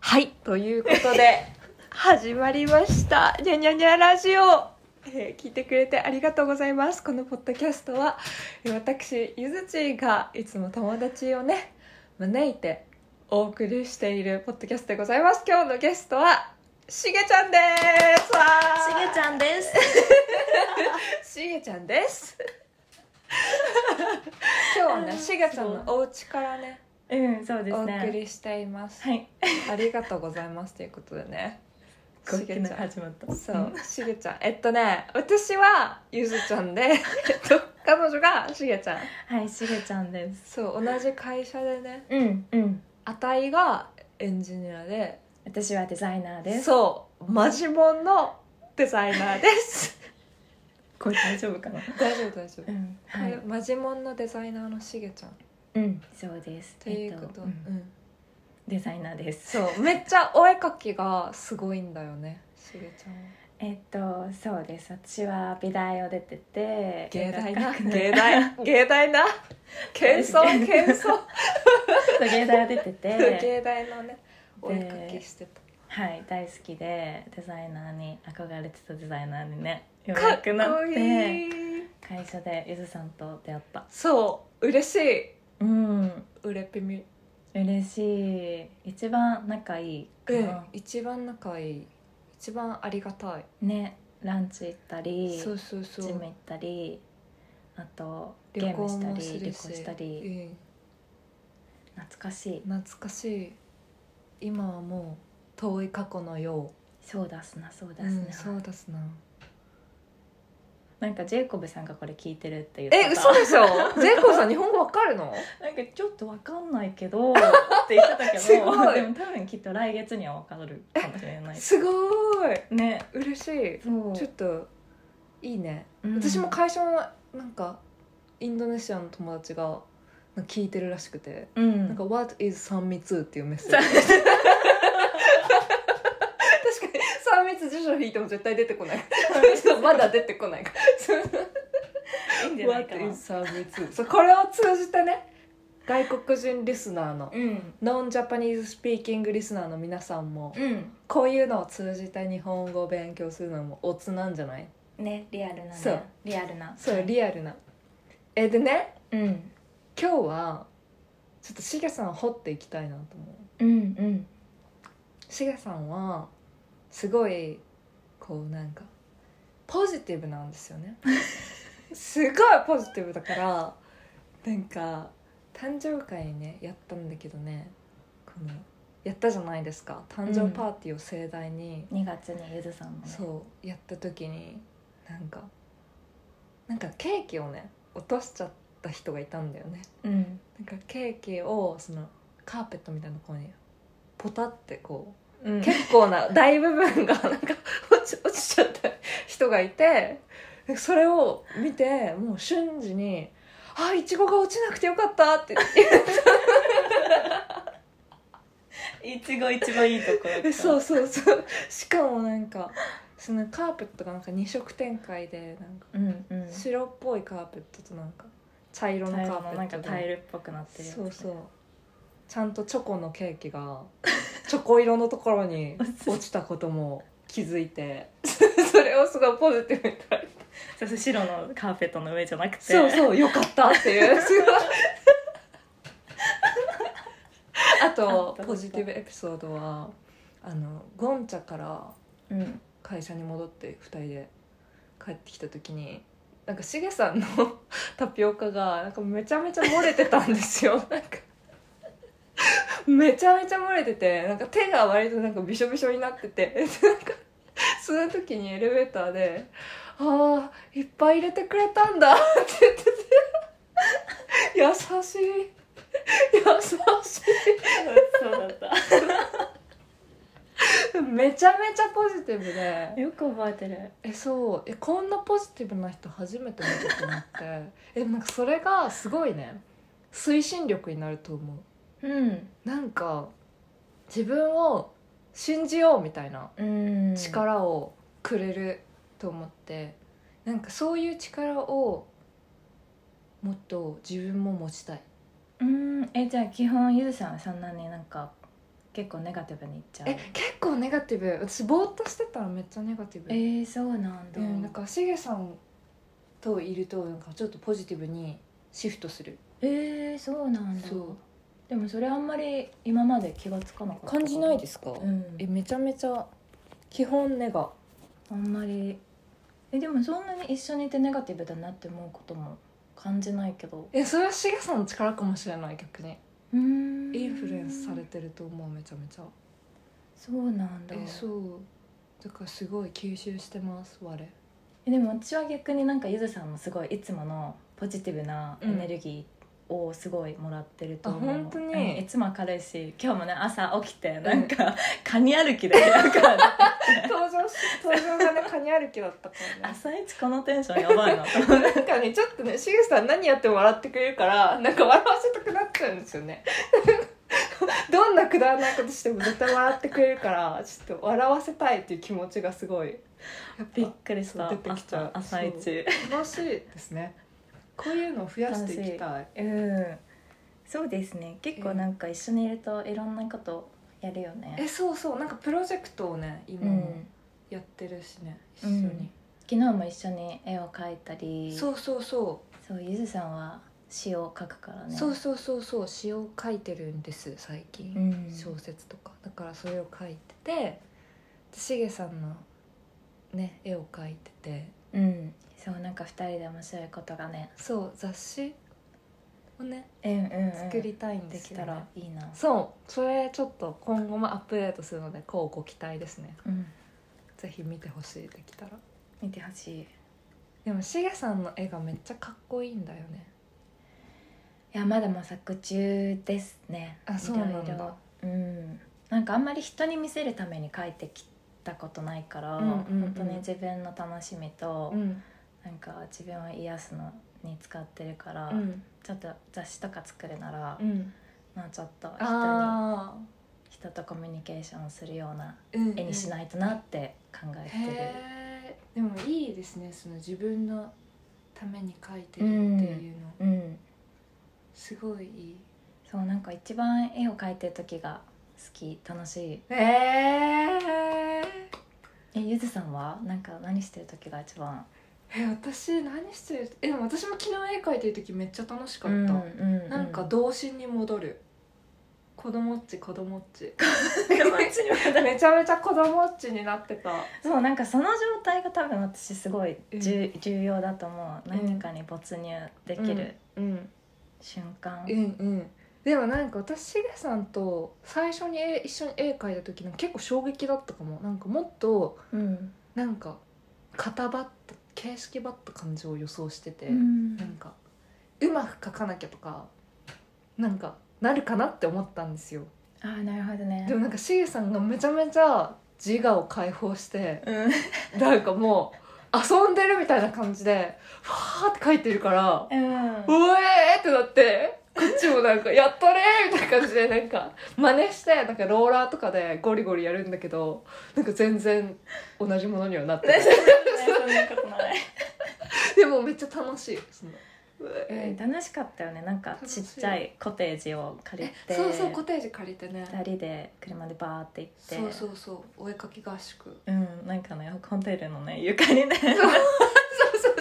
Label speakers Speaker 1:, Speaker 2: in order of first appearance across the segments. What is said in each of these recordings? Speaker 1: はい、ということ で、始まりました。にゃにゃにゃラジオ。えー聞いてくれてありがとうございます。このポッドキャストは、えー私、ゆずちがいつも友達をね、招いてお送りしているポッドキャストでございます。今日のゲストは、しげちゃんです。わ
Speaker 2: し
Speaker 1: ー
Speaker 2: げちゃんです。
Speaker 1: しげちゃん です。今日はね、しげちゃんのお家からね、
Speaker 2: うん、そうで
Speaker 1: お
Speaker 2: す
Speaker 1: 送
Speaker 2: ね。
Speaker 1: りしています。
Speaker 2: はい。
Speaker 1: ありがとうございますということでね。
Speaker 2: ご
Speaker 1: し
Speaker 2: き
Speaker 1: げ
Speaker 2: の
Speaker 1: ちゃん。
Speaker 2: 始まった。
Speaker 1: そう、しげちゃん。えっとね、私はゆずちゃん で、えっと、彼女がしげちゃん。
Speaker 2: はい、しげちゃんです。
Speaker 1: そう、同じ会社でね、
Speaker 2: うん、うん。
Speaker 1: あたいがエンジニアで、
Speaker 2: 私はデザイナーです。
Speaker 1: そう、マジモンのデザイナーです。
Speaker 2: これ大丈夫かな。
Speaker 1: 大丈夫、大丈夫
Speaker 2: う。ん、はい
Speaker 1: こ。れマジモンのデザイナーのしげちゃん
Speaker 2: うん、そうです。
Speaker 1: ということ、
Speaker 2: えっ
Speaker 1: う
Speaker 2: うん
Speaker 1: ん、
Speaker 2: デザイナーです。
Speaker 1: そうめっちゃお絵描きがすごいんだよねしげちゃんは
Speaker 2: えっと、そうです。私は美大を出てて。
Speaker 1: 芸大
Speaker 2: 学
Speaker 1: な
Speaker 2: 科の
Speaker 1: 芸大芸大な謙遜謙遜
Speaker 2: そう芸大を出てて。
Speaker 1: 芸大のねお絵かきして
Speaker 2: はい、大好きで、デザイナーに憧れてたデザイナーにね。よ
Speaker 1: た
Speaker 2: う
Speaker 1: か
Speaker 2: や
Speaker 1: っ
Speaker 2: くな
Speaker 1: こ
Speaker 2: っ
Speaker 1: い
Speaker 2: て。
Speaker 1: い
Speaker 2: 会社でゆずさんと出会った。
Speaker 1: そう嬉しい
Speaker 2: うん。
Speaker 1: うれぴみ
Speaker 2: 嬉しい一番仲いいか
Speaker 1: うん
Speaker 2: な、
Speaker 1: 一番仲いい一番ありがたい
Speaker 2: ねランチ行ったり
Speaker 1: そうそうそ
Speaker 2: ジム行
Speaker 1: う
Speaker 2: ったりあとゲ
Speaker 1: 旅
Speaker 2: ー
Speaker 1: 行
Speaker 2: ムした
Speaker 1: も
Speaker 2: り
Speaker 1: す
Speaker 2: 旅行
Speaker 1: るし
Speaker 2: したり懐かしい
Speaker 1: うん懐かしい今はもう遠い過去のよ
Speaker 2: そうだすなそう
Speaker 1: う
Speaker 2: だすな、
Speaker 1: うんそうだすな
Speaker 2: なんかジェイコブさんがこれ聞いてるって言って
Speaker 1: え嘘でしょジェイコブさん日本語わかるの
Speaker 2: なんかちょっとわかんないけどって言ってたけど
Speaker 1: すごい
Speaker 2: でも多分きっと来月にはわかるかもしれない
Speaker 1: すごーい
Speaker 2: ね
Speaker 1: 嬉しい
Speaker 2: そう
Speaker 1: ちょっといいね
Speaker 2: うん
Speaker 1: 私も会社のなんかインドネシアの友達がなんか聞いてるらしくて、
Speaker 2: うん
Speaker 1: なんか「What is 3密」っていうメッセージ 確かに三密辞書引いても絶対出てこない まだ出てこないから
Speaker 2: いいん
Speaker 1: 「
Speaker 2: じゃない か
Speaker 1: What
Speaker 2: な
Speaker 1: is 三密」 そうこれを通じてね外国人リスナーの
Speaker 2: うん
Speaker 1: ノンジャパニーズスピーキングリスナーの皆さんも
Speaker 2: うん
Speaker 1: こういうのを通じて日本語を勉強するのもおつなんじゃない
Speaker 2: ねリアルな、ね、
Speaker 1: そう
Speaker 2: リアルな
Speaker 1: そうリアルなえでね
Speaker 2: うん
Speaker 1: 今日はちょっとしげさんを掘っていきたいなと思う
Speaker 2: うんうん
Speaker 1: しげさんはすごいこうなんかポジティブなんですよねすごいポジティブだからなんか誕生会ねやったんだけどねこのやったじゃないですか誕生パーティーを盛大に、
Speaker 2: 2月にゆずさんもね
Speaker 1: そうやった時になんかなんかケーキをね落としちゃった人がいたんだよね
Speaker 2: うん
Speaker 1: なんかケーキをそのカーペットみたいなところにポタってこ
Speaker 2: う
Speaker 1: う、
Speaker 2: ん
Speaker 1: 結構な大部分がなんか落ち落ちちゃった人がいてそれを見てもう瞬時に「あいちごが落ちなくてよかった」って言って
Speaker 2: いちご一番いいところ
Speaker 1: でそううそうそうしかもなんかそのカーペットがなんか2色展開でなんか
Speaker 2: うんうん
Speaker 1: 白っぽいカーペットとなんか茶色のカ
Speaker 2: タイル
Speaker 1: ー
Speaker 2: も
Speaker 1: ペ
Speaker 2: なん
Speaker 1: ッ
Speaker 2: か
Speaker 1: ト
Speaker 2: タイ
Speaker 1: で
Speaker 2: ルっぽくなってるやつ
Speaker 1: そうそうちゃんとチョコのケーキが チョコ色のところ に落ちたことも気づいて それをすごいポジティブに捉えて
Speaker 2: そうそう白のカーペットの上じゃなくて
Speaker 1: そうそうよかったって いうすごいあ
Speaker 2: あっ
Speaker 1: と
Speaker 2: た
Speaker 1: ポジティブエピソードはあのゴンチャから
Speaker 2: うん
Speaker 1: 会社に戻って2人で帰ってきた時になんかしげさんの タピオカがなんかめちゃめちゃ漏れてたんですよ なんかめちゃめちゃ漏れててなんか手が割となんかびしょびしょになってて でなんかその時にエレベーターで「ああいっぱい入れてくれたんだ」って言って て優しい優し
Speaker 2: そうだっ
Speaker 1: いめちゃめちゃポジティブで
Speaker 2: たよく覚えてる
Speaker 1: えそうえこんなポジティブな人初めて見たと思って えなんかそれがすごいね推進力になると思
Speaker 2: うん
Speaker 1: うなんか自分を信じようみたいな
Speaker 2: うん
Speaker 1: 力をくれると思って、なんかそういう力をもっと自分も持ちたい
Speaker 2: うんえじゃあ基本ゆずさんはそんなになんか結構ネガティブにいっちゃう
Speaker 1: え結構ネガティブ私ぼーっとしてたらめっちゃネガティブ
Speaker 2: えー、そうなんだ、
Speaker 1: うん、なんかしげさんといるとなんかちょっとポジティブにシフトする
Speaker 2: えー、そうなんだ
Speaker 1: そう
Speaker 2: でもそれあんまり今まで気がつかなかった
Speaker 1: 感じないですすか、
Speaker 2: うん
Speaker 1: えめちゃめちゃ基本ネガ
Speaker 2: あんまりえでもそんなに一緒にいてネガティブだなって思うことも感じないけど
Speaker 1: えそれはしげさんの力かもしれない逆に
Speaker 2: うーん
Speaker 1: インフルエンスされてると思うめちゃめちゃ
Speaker 2: そうなんだ
Speaker 1: えそうだからすごい吸収してます我
Speaker 2: えでも私は逆になんかゆずさんもすごいいつものポジティブなエネルギーをすごいもらってると思う、
Speaker 1: あ本当に
Speaker 2: うんいつも明るいし今日もね朝起きてなんか、カニ歩きで なんか
Speaker 1: 登場し登場がねカニ歩きだったからね
Speaker 2: 朝一このテンションやばいなと思って
Speaker 1: なんかねちょっとねしげさん何やっても笑ってくれるからなんか笑わせたくなっちゃうんですよね どんなくだらないことしても絶対笑ってくれるからちょっと笑わせたいっていう気持ちがすごいやっ
Speaker 2: びっ
Speaker 1: ぱ
Speaker 2: くりした
Speaker 1: 出てきちゃう
Speaker 2: 朝朝一
Speaker 1: 楽しいですねこういうのを増やしていきたい
Speaker 2: うんそうですね結構なんか一緒にいるといろんなことやるよね、
Speaker 1: えそうそうなんかプロジェクトをね
Speaker 2: う
Speaker 1: 今も
Speaker 2: ん、
Speaker 1: やってるしね、
Speaker 2: うん
Speaker 1: 一緒に、
Speaker 2: 昨日も一緒に絵を描いたり
Speaker 1: そうそうそう
Speaker 2: そうゆずさんは詩を書くからね
Speaker 1: そうそうそうそう詩を書いてるんです最近、
Speaker 2: うん
Speaker 1: 小説とかだからそれを書いててでしげさんのね絵を描いてて
Speaker 2: うん、そうなんか2人で面白いことがね、
Speaker 1: そう雑誌をね
Speaker 2: うんうんうん
Speaker 1: 作りたいんで
Speaker 2: ですき
Speaker 1: よ、ね
Speaker 2: たらいいな、
Speaker 1: そうそれちょっと今後もアップデートするのでこうご期待ですね
Speaker 2: うん、
Speaker 1: ぜひ見てほしいできたら
Speaker 2: 見てほしいい
Speaker 1: でもしげさんの絵がめっちゃかっこいいんだよね
Speaker 2: やまだ模索中ですね
Speaker 1: あそうなんだ
Speaker 2: いろいろうん、なんかあんまり人に見せるために描いてきたことないから、
Speaker 1: うんうんうん
Speaker 2: 本当に自分の楽しみと、
Speaker 1: ん
Speaker 2: なんか自分を癒すのに使ってるから、
Speaker 1: うん
Speaker 2: ちょっと雑誌とか作るなら、
Speaker 1: うん
Speaker 2: まあちょっと人に
Speaker 1: ああ
Speaker 2: 人とコミュニケーションをするような
Speaker 1: 絵
Speaker 2: 絵にしないとなって考えてる。
Speaker 1: へえでもいいですねその自分のために書いてるっていうの、
Speaker 2: うん
Speaker 1: すごいいい
Speaker 2: そうなんか一番絵を描いてる時が好き楽しい
Speaker 1: ええ
Speaker 2: えゆずさんはなんか何してる時が一番
Speaker 1: え私何してるえでも私も昨日絵描いてる時めっちゃ楽しかった、
Speaker 2: うんうんうん
Speaker 1: なんか童心に戻る子供っち子供っ ち めちゃめちゃ子供っちになってた
Speaker 2: そうなんかその状態が多分私すごい重,、
Speaker 1: う
Speaker 2: 重要だと思う
Speaker 1: うん
Speaker 2: 何かに没入できる
Speaker 1: うん
Speaker 2: 瞬間、
Speaker 1: うんうんでもなんか私しげさんと最初に絵一緒に絵描いた時なんか結構衝撃だったかもなんかもっと
Speaker 2: うん
Speaker 1: なんか型ばった形式ばった感じを予想してて、
Speaker 2: うん
Speaker 1: なんかうまく書かなきゃとかなんかなるかなって思ったんですよ
Speaker 2: ああなるほどね
Speaker 1: でもなんかしげさんがめちゃめちゃ自我を解放して
Speaker 2: うん、
Speaker 1: なんかもう遊んでるみたいな感じでファーって書いてるから「う
Speaker 2: うん、
Speaker 1: えー!」ってなってこっちもなんか「やったね!」みたいな感じでなんか真似してなんかローラーとかでゴリゴリやるんだけどなんか全然同じものにはなってない
Speaker 2: そんなことない
Speaker 1: でもめっちゃ楽しいその
Speaker 2: うん楽しかったよねなんかちっちゃいコテージを借りて
Speaker 1: そうそうコテージ借りてね
Speaker 2: 二人で車でバーって行って
Speaker 1: そうそうそうお絵かき合 宿
Speaker 2: うん、なんかねホテルのね床にね
Speaker 1: そうそうそう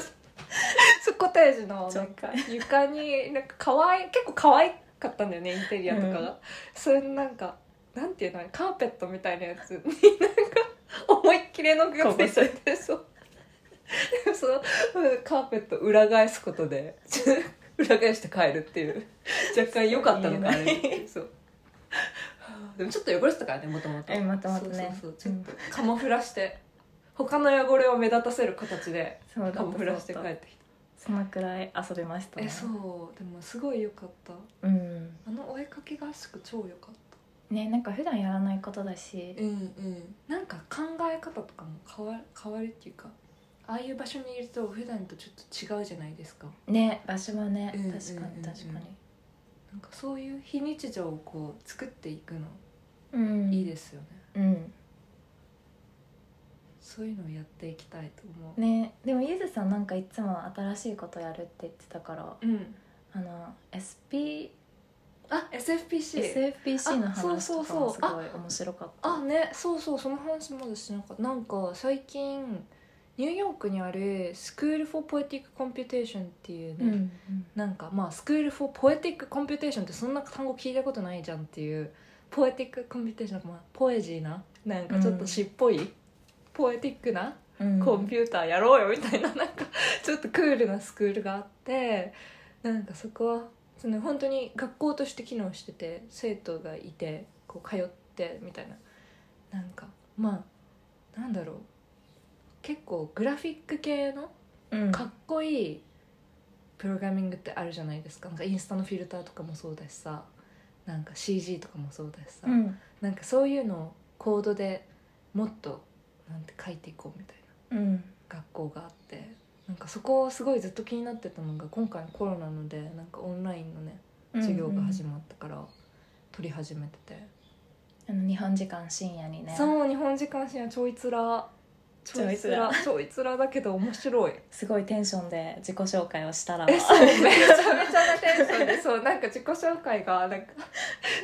Speaker 1: そうコテージのなんか床になんか可愛い結構可愛かったんだよねインテリアとかが、
Speaker 2: うん
Speaker 1: それなんかなんていうのカーペットみたいなやつになんか思いっきり絵の具がついちゃってそうでもそのカーペットを裏返すことで裏返して帰るっていう若干良かったのかあれっていうそうでもちょっと汚れてたからねもともと
Speaker 2: えもともとね
Speaker 1: そうそうそうちょっとカモフラして他の汚れを目立たせる形で
Speaker 2: そう
Speaker 1: カモフラして帰
Speaker 2: そ
Speaker 1: っ
Speaker 2: う
Speaker 1: てき
Speaker 2: そのくらい遊びました
Speaker 1: た
Speaker 2: ね
Speaker 1: えそうでもすごい良かった
Speaker 2: うん
Speaker 1: あのお絵かき合宿超良かった
Speaker 2: ねなんか普段やらないことだし
Speaker 1: うんうんなんか考え方とかも変わる変わるっていうかああいう場所にいると普段とちょっと違うじゃないですか
Speaker 2: ね場所もね
Speaker 1: うんうんうんうん
Speaker 2: 確かに確かに
Speaker 1: なんかそういう非日常をこう作っていくの
Speaker 2: うん
Speaker 1: いいですすよね、
Speaker 2: うん
Speaker 1: そういうのをやっていきたいと思う、
Speaker 2: ねでもゆずさんなんかいつも新しいことやるって言ってたから
Speaker 1: うん
Speaker 2: あの SPO
Speaker 1: あ SFPC
Speaker 2: SFPC の話とかもす
Speaker 1: そうそうそう
Speaker 2: ごい面白かった
Speaker 1: あねそうそうその話まだしてなかったなんか最近ニューヨークにあるスクール・フォー・ポエティック・コンピュテーションっていうね、
Speaker 2: うん
Speaker 1: なんかまあスクール・フォー・ポエティック・コンピュテーションってそんな単語聞いたことないじゃんっていうポエティック・コンピュテーションなんかまあポエジーななんかちょっと詩っぽい、ポエティックな
Speaker 2: うん
Speaker 1: コンピューターやろうよみたいななんかちょっとクールなスクールがあってなんかそこはその本当に学校として機能してて生徒がいてこう通ってみたいななんかまあなんだろう結構グラフィック系の
Speaker 2: うん
Speaker 1: かっこいいプログラミングってあるじゃないですかなんかインスタのフィルターとかもそうだしさなんか CG とかもそうだしさ、
Speaker 2: うん
Speaker 1: なんかそういうのをコードでもっとなんて書いていこうみたいな。
Speaker 2: うん
Speaker 1: 学校があってなんかそこをすごいずっと気になってたのが今回のコロナのでなんかオンラインのね授業が始まったから取り始めてて、
Speaker 2: あの日本時間深夜にね
Speaker 1: そう日本時間深夜ちょいつら
Speaker 2: ちょいつら
Speaker 1: ちょいつらだけど面白い
Speaker 2: すごいテンションで自己紹介をしたら
Speaker 1: え そうめちゃめちゃなテンショ ンでそうなんか自己紹介がなんか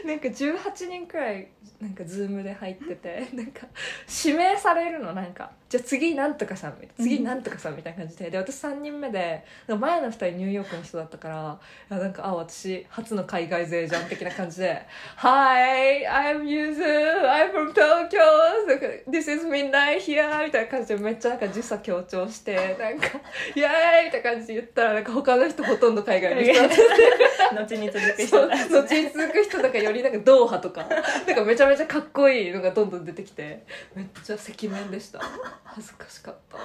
Speaker 1: なんか18人くらいなんかズームで入って てなんか指名されるのなんかじゃあ次なんとかさんみたいな次なんとかさんみたいな感じでで私3人目で前の2人ニューヨークの人だったからいやなんかあ私初の海外勢じゃん的な感じで「Hi I'm Yuzu I'm from Tokyo This is midnight here」みたいな感じでめっちゃなんか時差強調してなんか「イエーイ!」みたいな感じで言ったらなんか他の人ほとんど海外の人だった
Speaker 2: 後に続く
Speaker 1: そ
Speaker 2: 人
Speaker 1: う
Speaker 2: たち
Speaker 1: 後に続く人とかよりなんかドーハとかなんかめちゃめちゃかっこいいのがどんどん出てきてめっちゃ赤面でした恥ずかしかった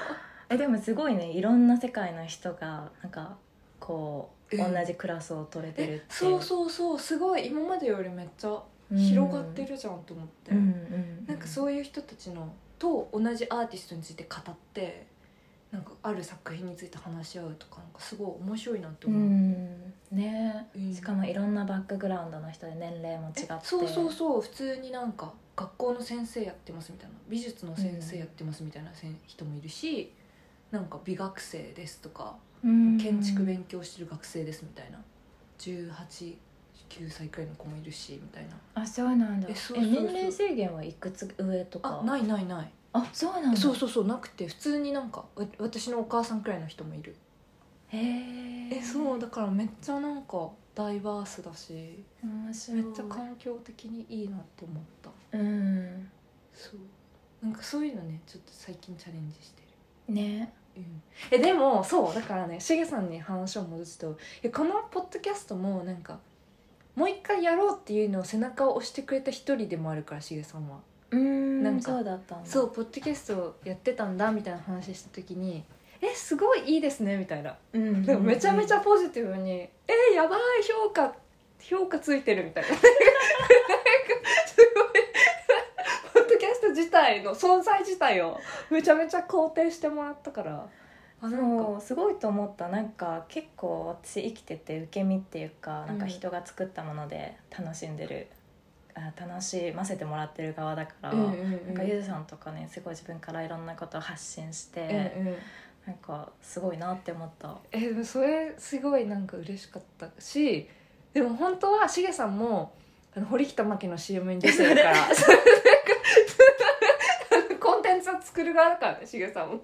Speaker 2: えでもすごいねいろんな世界の人がなんかこ
Speaker 1: う
Speaker 2: う、
Speaker 1: ん
Speaker 2: 同じクラスを取れてるってい
Speaker 1: えそうそうそうすごい今までよりめっちゃ広がってるじゃんと思って、
Speaker 2: うん、うんうん
Speaker 1: なんかそういう人たちのと同じアーティストについて語ってなんかある作品について話し合うとかなんかすごい面白いなって
Speaker 2: う
Speaker 1: 思う、
Speaker 2: んね
Speaker 1: うん
Speaker 2: しかもいろんなバックグラウンドの人で年齢も違って
Speaker 1: えそうそうそう普通になんか学校の先生やってますみたいな美術の先生やってますみたいなせん、人もいるしなんか美学生ですとか
Speaker 2: うん
Speaker 1: 建築勉強してる学生ですみたいな189歳くらいの子もいるしみたいな
Speaker 2: あそうなんだえ
Speaker 1: えそうそうそう
Speaker 2: 年齢制限はいくつ上とか
Speaker 1: あないないない
Speaker 2: あそうなんだ
Speaker 1: そうそうそうなくて普通になんかわ私のお母さんくらいの人もいる
Speaker 2: へえ
Speaker 1: えそうだからめっちゃなんかダイバースだし
Speaker 2: 面白
Speaker 1: め
Speaker 2: い
Speaker 1: っちゃ環境的にいいなって思った
Speaker 2: うん
Speaker 1: そうなんかそういうのねちょっと最近チャレンジしてる
Speaker 2: ね
Speaker 1: うんえでもそうだからねしげさんに話を戻すとえこのポッドキャストもなんかもう一回やろうっていうのを背中を押してくれた一人でもあるからしげさんは、
Speaker 2: うん
Speaker 1: なんか
Speaker 2: そうだったんだ
Speaker 1: そうポッドキャストやってたんだみたいな話した時に「えすごいいいですね」みたいな
Speaker 2: う、ん、
Speaker 1: でもめちゃめちゃポジティブに「えー、やばい評価評価ついてる」みたいななんかすごいポッドキャスト自体の存在自体をめちゃめちゃ肯定してもらったからあなんか
Speaker 2: そうすごいと思ったなんか結構私生きてて受け身っていうかなんか
Speaker 1: うん
Speaker 2: 人が作ったもので楽しんでる、あ楽しませてもらってる側だから、
Speaker 1: うんうんう
Speaker 2: なん
Speaker 1: ん
Speaker 2: かゆずさんとかねすごい自分からいろんなことを発信して、
Speaker 1: うんうん
Speaker 2: なんかすごいなって思った
Speaker 1: えでもそれすごいなんか嬉しかったしでも本当はしげさんもあの堀北真希の CM に出てるからなんか コンテンツを作る側だからねしげさんも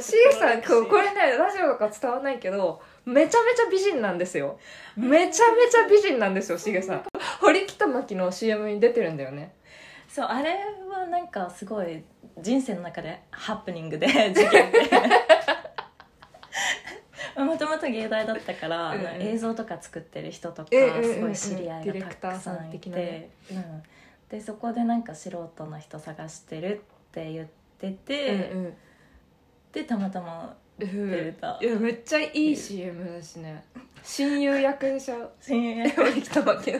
Speaker 1: しげさんこうこれねラジオとか伝わらないけどめちゃめちゃ美人なんですよめちゃめちゃ美人なんですよしげさん堀北真希の CM に出てるんだよね
Speaker 2: そうあれはなんかすごい人生の中でハプニング で事件でもともと芸大だったから、
Speaker 1: うんうん
Speaker 2: あの映像とか作ってる人とか、
Speaker 1: うんうんうん
Speaker 2: すごい知り合い
Speaker 1: ディ
Speaker 2: がたくさんい
Speaker 1: レクターさん的
Speaker 2: て、
Speaker 1: なね
Speaker 2: うん、でそこでなんか素人の人探してるって言ってて、
Speaker 1: うんうん
Speaker 2: でたまたま
Speaker 1: うん
Speaker 2: 出れた
Speaker 1: いやめっちゃいい CM だしね親友役でし ょ
Speaker 2: 親友
Speaker 1: 堀北真希の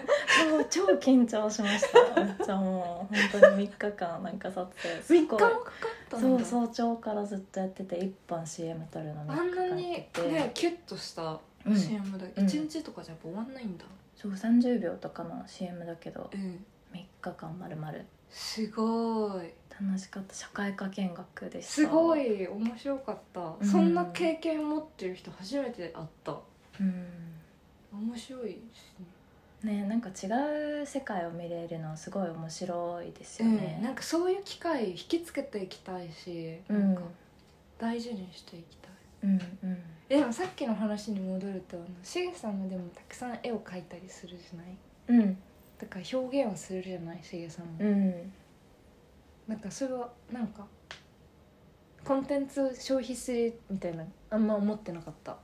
Speaker 2: 超超緊張しましためっちゃもう本当に3日間なんか撮影す
Speaker 1: 3日も
Speaker 2: ご
Speaker 1: か
Speaker 2: い
Speaker 1: かったん
Speaker 2: そ
Speaker 1: だ
Speaker 2: う早朝からずっとやってて1本 CM 撮るの
Speaker 1: あん
Speaker 2: 3日
Speaker 1: な
Speaker 2: 間
Speaker 1: に
Speaker 2: やっ
Speaker 1: ね
Speaker 2: てて、
Speaker 1: キュッとした
Speaker 2: うん
Speaker 1: CM だ、
Speaker 2: うん
Speaker 1: 一日とかじゃやっぱ終わんないんだ
Speaker 2: そう30秒とかの CM だけど
Speaker 1: うん
Speaker 2: 3日間まるまる
Speaker 1: すごい
Speaker 2: 楽しかった社会科見学でした
Speaker 1: すご、い面白かった、
Speaker 2: うん
Speaker 1: そんな経験持ってる人初めて会った
Speaker 2: うん、
Speaker 1: 面白いですね
Speaker 2: ねなんか違う世界を見れるのすごい面白いです
Speaker 1: う
Speaker 2: よ
Speaker 1: ん
Speaker 2: ね、
Speaker 1: なんかそういう機会引きつけていきたいし、
Speaker 2: うん
Speaker 1: なんか大事にしていきたい
Speaker 2: うん
Speaker 1: でもさっきの話に戻るとあのしげさんもでもたくさん絵を描いたりするじゃない
Speaker 2: うんうん
Speaker 1: だから表現はするじゃないしげさんも、
Speaker 2: うん
Speaker 1: なんかそれはなんかコンテンツを消費するみたいなあんま思ってなかった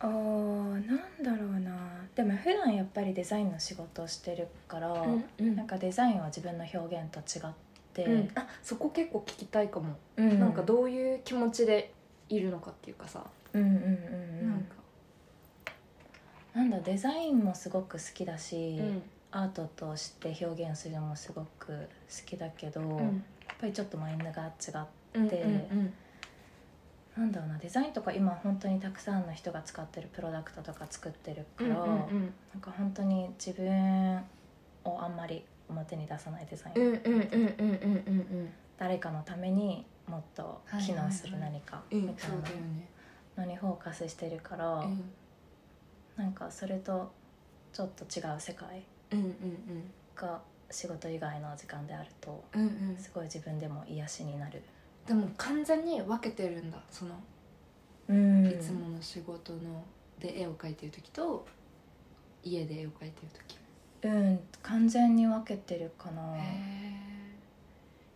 Speaker 2: あーなんだろうなでも普段やっぱりデザインの仕事をしてるから、
Speaker 1: うん
Speaker 2: なんかデザインは自分の表現と違って、
Speaker 1: うんあそこ結構聞きたいかも、
Speaker 2: うん
Speaker 1: なんかどういう気持ちでいるのかっていうかさ、
Speaker 2: うんうんうんうん
Speaker 1: なんか、
Speaker 2: なんだデザインもすごく好きだし、
Speaker 1: うん
Speaker 2: アートとして表現するのもすごく好きだけど、やっぱりちょっとマインドが違っ
Speaker 1: うん
Speaker 2: で
Speaker 1: うん
Speaker 2: なんだろうなデザインとか今本当にたくさんの人が使ってるプロダクトとか作ってるか
Speaker 1: うん
Speaker 2: ら、
Speaker 1: うん
Speaker 2: なんか本当に自分をあんまり表に出さないデザイン、
Speaker 1: うんうんうんうんうんうんうん
Speaker 2: 誰かのためにもっと機能する
Speaker 1: はいはい
Speaker 2: 何か
Speaker 1: うん
Speaker 2: みた
Speaker 1: そ
Speaker 2: いうな
Speaker 1: だよね
Speaker 2: のにフォーカスしてるから、
Speaker 1: うん
Speaker 2: なんかそれとちょっと違う世界
Speaker 1: うん
Speaker 2: が仕事以外の時間であると
Speaker 1: うんうんうんうん
Speaker 2: すごい自分でも癒しになる、
Speaker 1: でも完全に分けてるんだその
Speaker 2: うん
Speaker 1: いつもの仕事ので絵を描いてる時と家で絵を描いてる時
Speaker 2: うん完全に分けてるかな
Speaker 1: へえ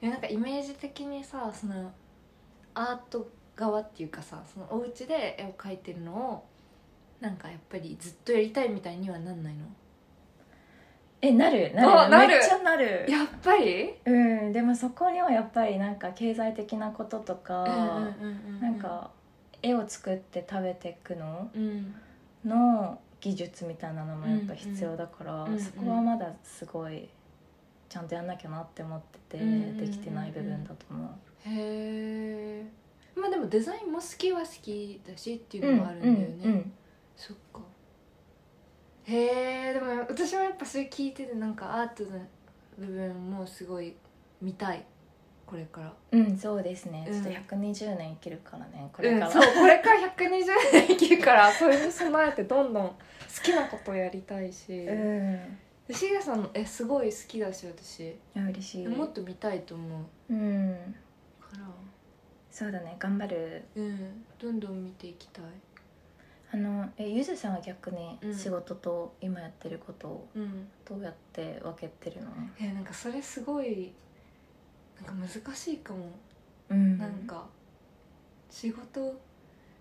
Speaker 1: いやなんかイメージ的にさそのアート側っていうかさそのお家で絵を描いてるのをなんかやっぱりずっとやりたいみたいにはなんないの
Speaker 2: えなる
Speaker 1: あ
Speaker 2: なる
Speaker 1: なる
Speaker 2: めっちゃなる
Speaker 1: やっぱり
Speaker 2: うんでもそこにはやっぱりなんか経済的なこととか、なんか絵を作って食べていくの
Speaker 1: うん
Speaker 2: の技術みたいなのもやっぱ必要だから、
Speaker 1: うんうん
Speaker 2: そこはまだすごいちゃんとやんなきゃなって思ってて、
Speaker 1: うんうんうん
Speaker 2: できてない部分だと思う。
Speaker 1: へえまあでもデザインも好きは好きだしっていうのもあるんだよね、
Speaker 2: うんうん
Speaker 1: そっかへえでも私もやっぱそれ聞いててなんかアートの部分もすごい見たいこれから
Speaker 2: うんうんそうですね、
Speaker 1: うん
Speaker 2: ちょっと120年生きるからねこれから、
Speaker 1: うん、そうこれから120年生きる からそれに備えてどんどん好きなことやりたいし、
Speaker 2: うん
Speaker 1: でシゲさんのえすごい好きだし私
Speaker 2: いや嬉しい
Speaker 1: もっと見たいと思う
Speaker 2: うん
Speaker 1: から
Speaker 2: そうだね頑張る
Speaker 1: うんどんどん見ていきたい
Speaker 2: あのえゆずさんは逆に
Speaker 1: うん
Speaker 2: 仕事と今やってることを
Speaker 1: うん
Speaker 2: どうやって分けてるの、
Speaker 1: えなんかそれすごいなんか難しいかも
Speaker 2: うん
Speaker 1: なんか仕事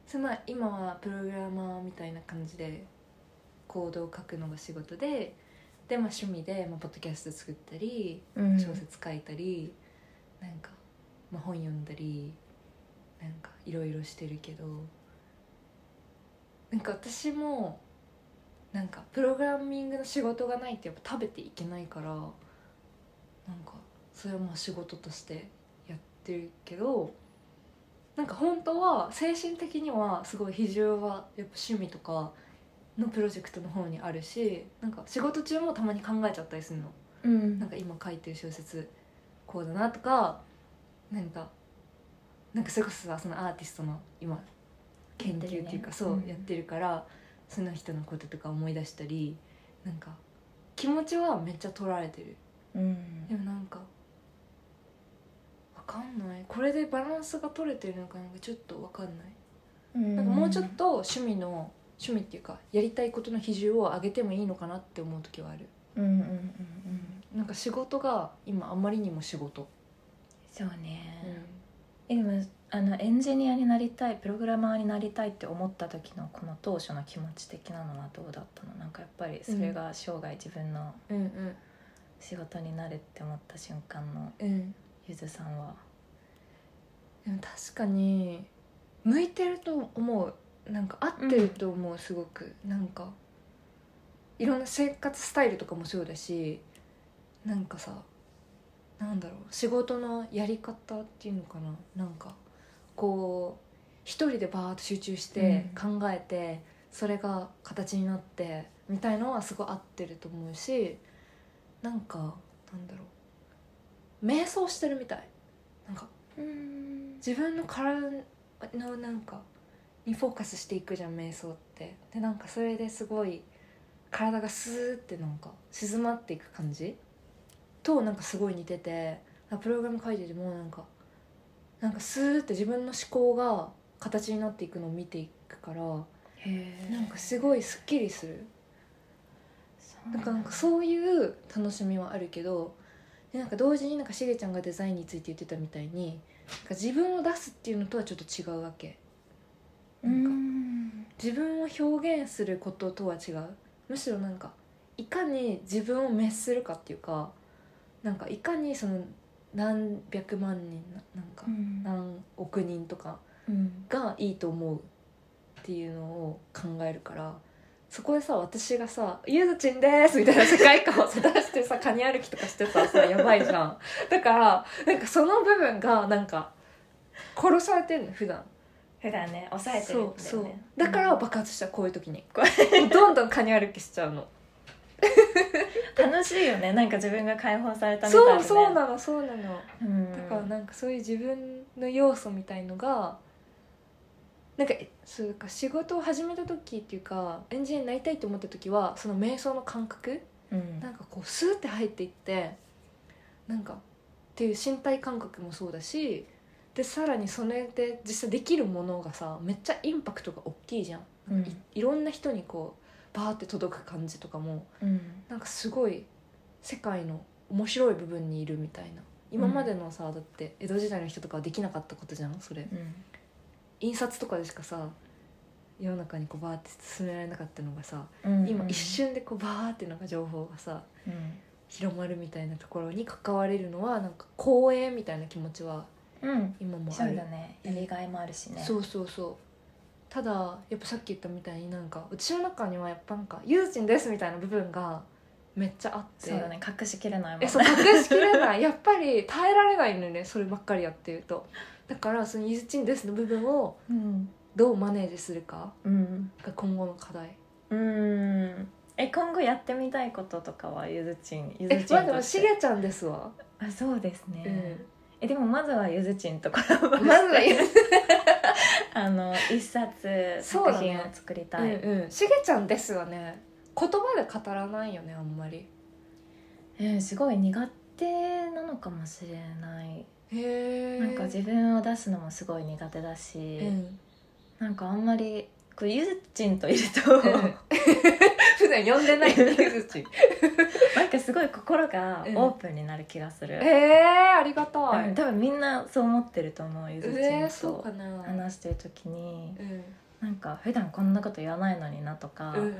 Speaker 1: そのまあ今はプログラマーみたいな感じでコードを書くのが仕事でで、まあ、趣味で、まあ、ポッドキャスト作ったり
Speaker 2: うん
Speaker 1: 小説書いたり、なんか、まあ、本読んだりなんかいろいろしてるけどなんか私もなんかプログラミングの仕事がないとやっぱ食べていけないからなんかそれはまあ仕事としてやってるけどなんか本当は精神的にはすごい比重はやっぱ趣味とかのプロジェクトの方にあるしなんか仕事中もたまに考えちゃったりするの。
Speaker 2: うん
Speaker 1: なんか今書いてる小説こうだなとかなんかなんかそれこそさそのアーティストの今研究っていうか
Speaker 2: やってるね
Speaker 1: そう
Speaker 2: うん
Speaker 1: やってるから、その人のこととか思い出したりなんか気持ちはめっちゃ取られてる
Speaker 2: うん
Speaker 1: でもなんかわかんないこれでバランスが取れてるのかなんかちょっとわかんない、
Speaker 2: うん
Speaker 1: なんかもうちょっと趣味の趣味っていうかやりたいことの比重を上げてもいいのかなって思う時はある
Speaker 2: うんうんうんうん
Speaker 1: なんか仕事が今あまりにも仕事
Speaker 2: そう
Speaker 1: 嗯
Speaker 2: ね、えでもあのエンジニアになりたいプログラマーになりたいって思った時のこの当初の気持ち的なのはどうだったのなんかやっぱりそれが生涯自分の
Speaker 1: うんうん
Speaker 2: 仕事になるって思った瞬間の
Speaker 1: うん
Speaker 2: ゆずさんは
Speaker 1: でも確かに向いてると思うなんか合ってると思う、すごくなんかいろんな生活スタイルとかもそうだしなんかさなんだろう仕事のやり方っていうのかななんかこう一人でバーッと集中して考えて、それが形になってみたいのはすごい合ってると思うしなんかなんだろう瞑想してるみたいなんか
Speaker 2: うん
Speaker 1: 自分の体のなんかにフォーカスしていくじゃん瞑想ってでなんかそれですごい体がスーってなんか静まっていく感じとなんかすごい似ててプログラム書いててもなんかなんかスーって自分の思考が形になっていくのを見ていくからなんかすごいすっきりするなんかなんかそういう楽しみはあるけどでなんか同時になんかしげちゃんがデザインについて言ってたみたいになんか自分を出すっていうのとはちょっと違うわけ
Speaker 2: う
Speaker 1: なんか
Speaker 2: ん
Speaker 1: 自分を表現することとは違うむしろなんかいかに自分を滅するかっていうかなんかいかにその何百万人ななんか
Speaker 2: うん
Speaker 1: 何億人とか
Speaker 2: うん
Speaker 1: がいいと思うっていうのを考えるからそこでさ私がさ「ゆずちんです」みたいな世界観をさ出してさカニ歩きとかしてさそれやばいじゃんだからなんかその部分がなんか殺されてんの普段
Speaker 2: 普段ね抑えてるんだよね
Speaker 1: そうそう
Speaker 2: うん
Speaker 1: だから爆発したこういう時にどんどんカニ歩きしちゃう の
Speaker 2: 楽しいよねなんか自分が解放されたみた
Speaker 1: そう
Speaker 2: いな、ね、
Speaker 1: そうなのそうなの
Speaker 2: うん
Speaker 1: だからなんかそういう自分の要素みたいのがなんかえそうか仕事を始めた時っていうかエンジニアになりたいと思った時はその瞑想の感覚
Speaker 2: うん
Speaker 1: なんかこうスーって入っていってなんかっていう身体感覚もそうだしでさらにそれで実際できるものがさめっちゃインパクトが大きいじゃん
Speaker 2: うん
Speaker 1: いいろんな人にこうバーって届く感じとかも
Speaker 2: うん
Speaker 1: なんかすごい世界の面白い部分にいるみたいな今までのさ、だって江戸時代の人とかはできなかったことじゃんそれ
Speaker 2: うん
Speaker 1: 印刷とかでしかさ世の中にこうバーって進められなかったのがさ、
Speaker 2: うん
Speaker 1: 今一瞬でこうバーってなんか情報がさ
Speaker 2: うん
Speaker 1: 広まるみたいなところに関われるのはなんか光栄みたいな気持ちは
Speaker 2: うん
Speaker 1: 今も
Speaker 2: そ
Speaker 1: あ
Speaker 2: う
Speaker 1: る
Speaker 2: だねやりがいもあるしね
Speaker 1: そうそうそうただやっぱさっき言ったみたいになんかうちの中にはやっぱなんか「ユーチンです」みたいな部分がめっちゃあって
Speaker 2: そうだね隠しきれないもん
Speaker 1: えそう隠しきれないやっぱり耐えられないのよねそればっかりやってるとだからその「ユーチンです」の部分を
Speaker 2: うん
Speaker 1: どうマネージするか
Speaker 2: うん
Speaker 1: が今後の課題
Speaker 2: うんえ今後やってみたいこととかはゆずちんゆ
Speaker 1: え
Speaker 2: ず
Speaker 1: ま
Speaker 2: ち
Speaker 1: あ
Speaker 2: ん
Speaker 1: でもしげちゃんですわ、
Speaker 2: あそうですね、
Speaker 1: うん
Speaker 2: えでもまずはゆずちんとコラボ
Speaker 1: まずはゆ
Speaker 2: して あの一冊
Speaker 1: そう
Speaker 2: 作
Speaker 1: だね
Speaker 2: 品を作り
Speaker 1: う
Speaker 2: た
Speaker 1: ん
Speaker 2: い、
Speaker 1: うんしげちゃんですはね言葉で語らないよねあんまり
Speaker 2: うんすごい苦手なのかもしれない
Speaker 1: へえ
Speaker 2: なんか自分を出すのもすごい苦手だし、
Speaker 1: うん、
Speaker 2: なんかあんまりこうゆずちんといると、
Speaker 1: うん 普段呼んでないゆず ちん
Speaker 2: なんかすごい心がオープンになる気がする、
Speaker 1: ええありがた
Speaker 2: うん
Speaker 1: い、
Speaker 2: 多分みんなそう思ってると思うゆ
Speaker 1: え
Speaker 2: ず
Speaker 1: え
Speaker 2: ちん
Speaker 1: そう
Speaker 2: と
Speaker 1: かな
Speaker 2: 話してる時に
Speaker 1: うん
Speaker 2: なんか普段こんなこと言わないのになとか、
Speaker 1: うんうんうん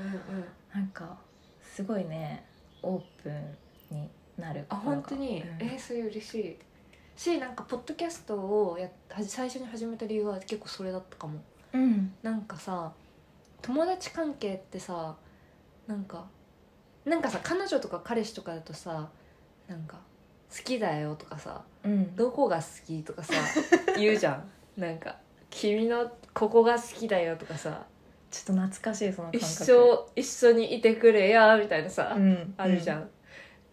Speaker 2: なんかすごいねオープンになる
Speaker 1: あ
Speaker 2: 心が
Speaker 1: 本当に、
Speaker 2: うん
Speaker 1: えーそれ嬉しいしなんかポッドキャストをやっはじ最初に始めた理由は結構それだったかも
Speaker 2: うん
Speaker 1: なんかさ友達関係ってさなんかなんかさ彼女とか彼氏とかだとさなんか「好きだよ」とかさ
Speaker 2: う
Speaker 1: 「
Speaker 2: ん
Speaker 1: どこが好き?」とか さ言うじゃんなんか「君のここが好きだよ」とかさ
Speaker 2: ちょっと懐かしいその
Speaker 1: 「
Speaker 2: 感
Speaker 1: 一
Speaker 2: 覚
Speaker 1: 生一緒にいてくれや」みたいなさ、
Speaker 2: うん、
Speaker 1: あるじゃん、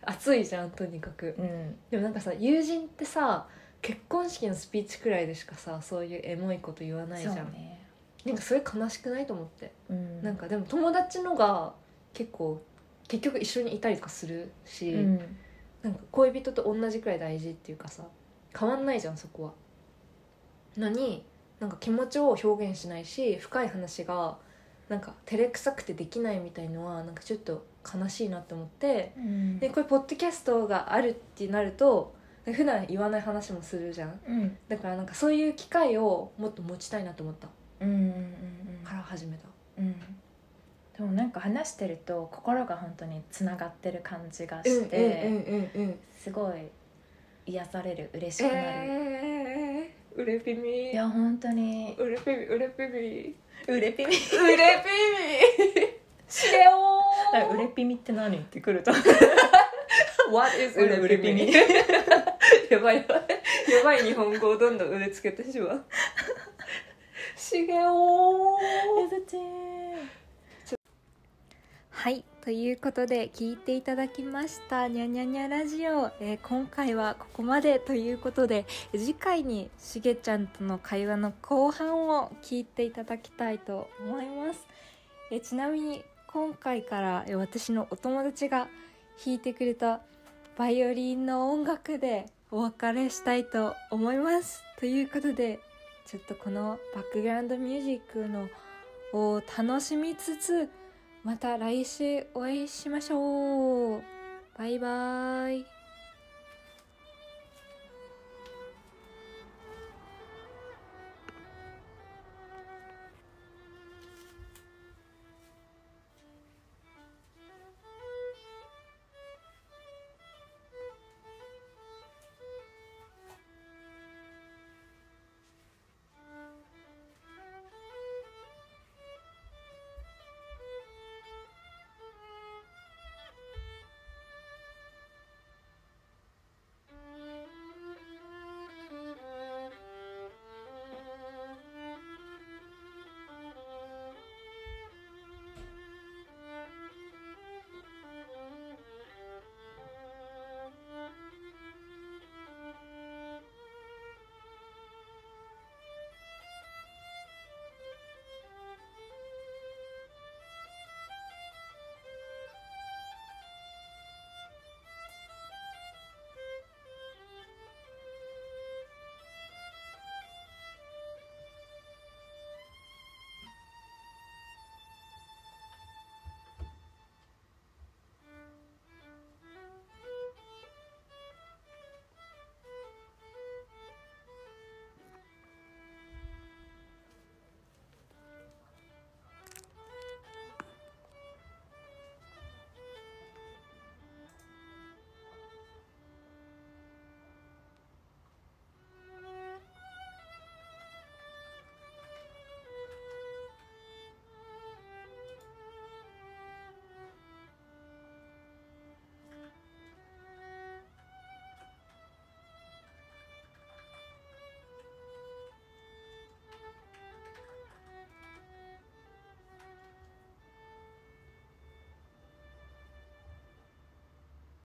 Speaker 1: 熱いじゃんとにかく
Speaker 2: うん、うん
Speaker 1: でもなんかさ友人ってさ結婚式のスピーチくらいでしかさそういうエモいこと言わないじゃん、
Speaker 2: そうね
Speaker 1: なんかそれ悲しくないと思って、
Speaker 2: うん
Speaker 1: なんかでも友達のが結構結局一緒にいたりとかするし、
Speaker 2: うん
Speaker 1: なんか恋人と同じくらい大事っていうかさ変わんないじゃんそこはのになんか気持ちを表現しないし深い話がなんか照れくさくてできないみたいのはなんかちょっと悲しいなって思って
Speaker 2: うん
Speaker 1: でこれポッドキャストがあるってなると普段言わない話もするじゃん
Speaker 2: うん
Speaker 1: だからなんかそういう機会をもっと持ちたいなと思った
Speaker 2: うんうん
Speaker 1: から始めた
Speaker 2: うんうんでもなんか話してると心が本当につながってる感じがして、
Speaker 1: うんうんうん
Speaker 2: すごい癒される嬉しくなる、
Speaker 1: えー、うれぴみ
Speaker 2: いや本当に
Speaker 1: うれぴみうれぴみ
Speaker 2: うれぴ み
Speaker 1: うれぴみしげおー
Speaker 2: うれぴみって何ってくると
Speaker 1: What is
Speaker 2: うれうれぴみ
Speaker 1: やばいやばいやばい日本語をどんどんうれつけてしまうしげおー
Speaker 2: ゆずちん
Speaker 3: はいということで聞いていただきました「にゃにゃにゃラジオ、えー今回はここまでということで次回にしげちゃんとの会話の後半を聞いていただきたいと思います、えーちなみに
Speaker 1: 今回からえ私のお友達が弾いてくれたバイオリンの音楽でお別れしたいと思いますということでちょっとこのバックグラウンドミュージックのを楽しみつつまた来週お会いしましょうバイバーイ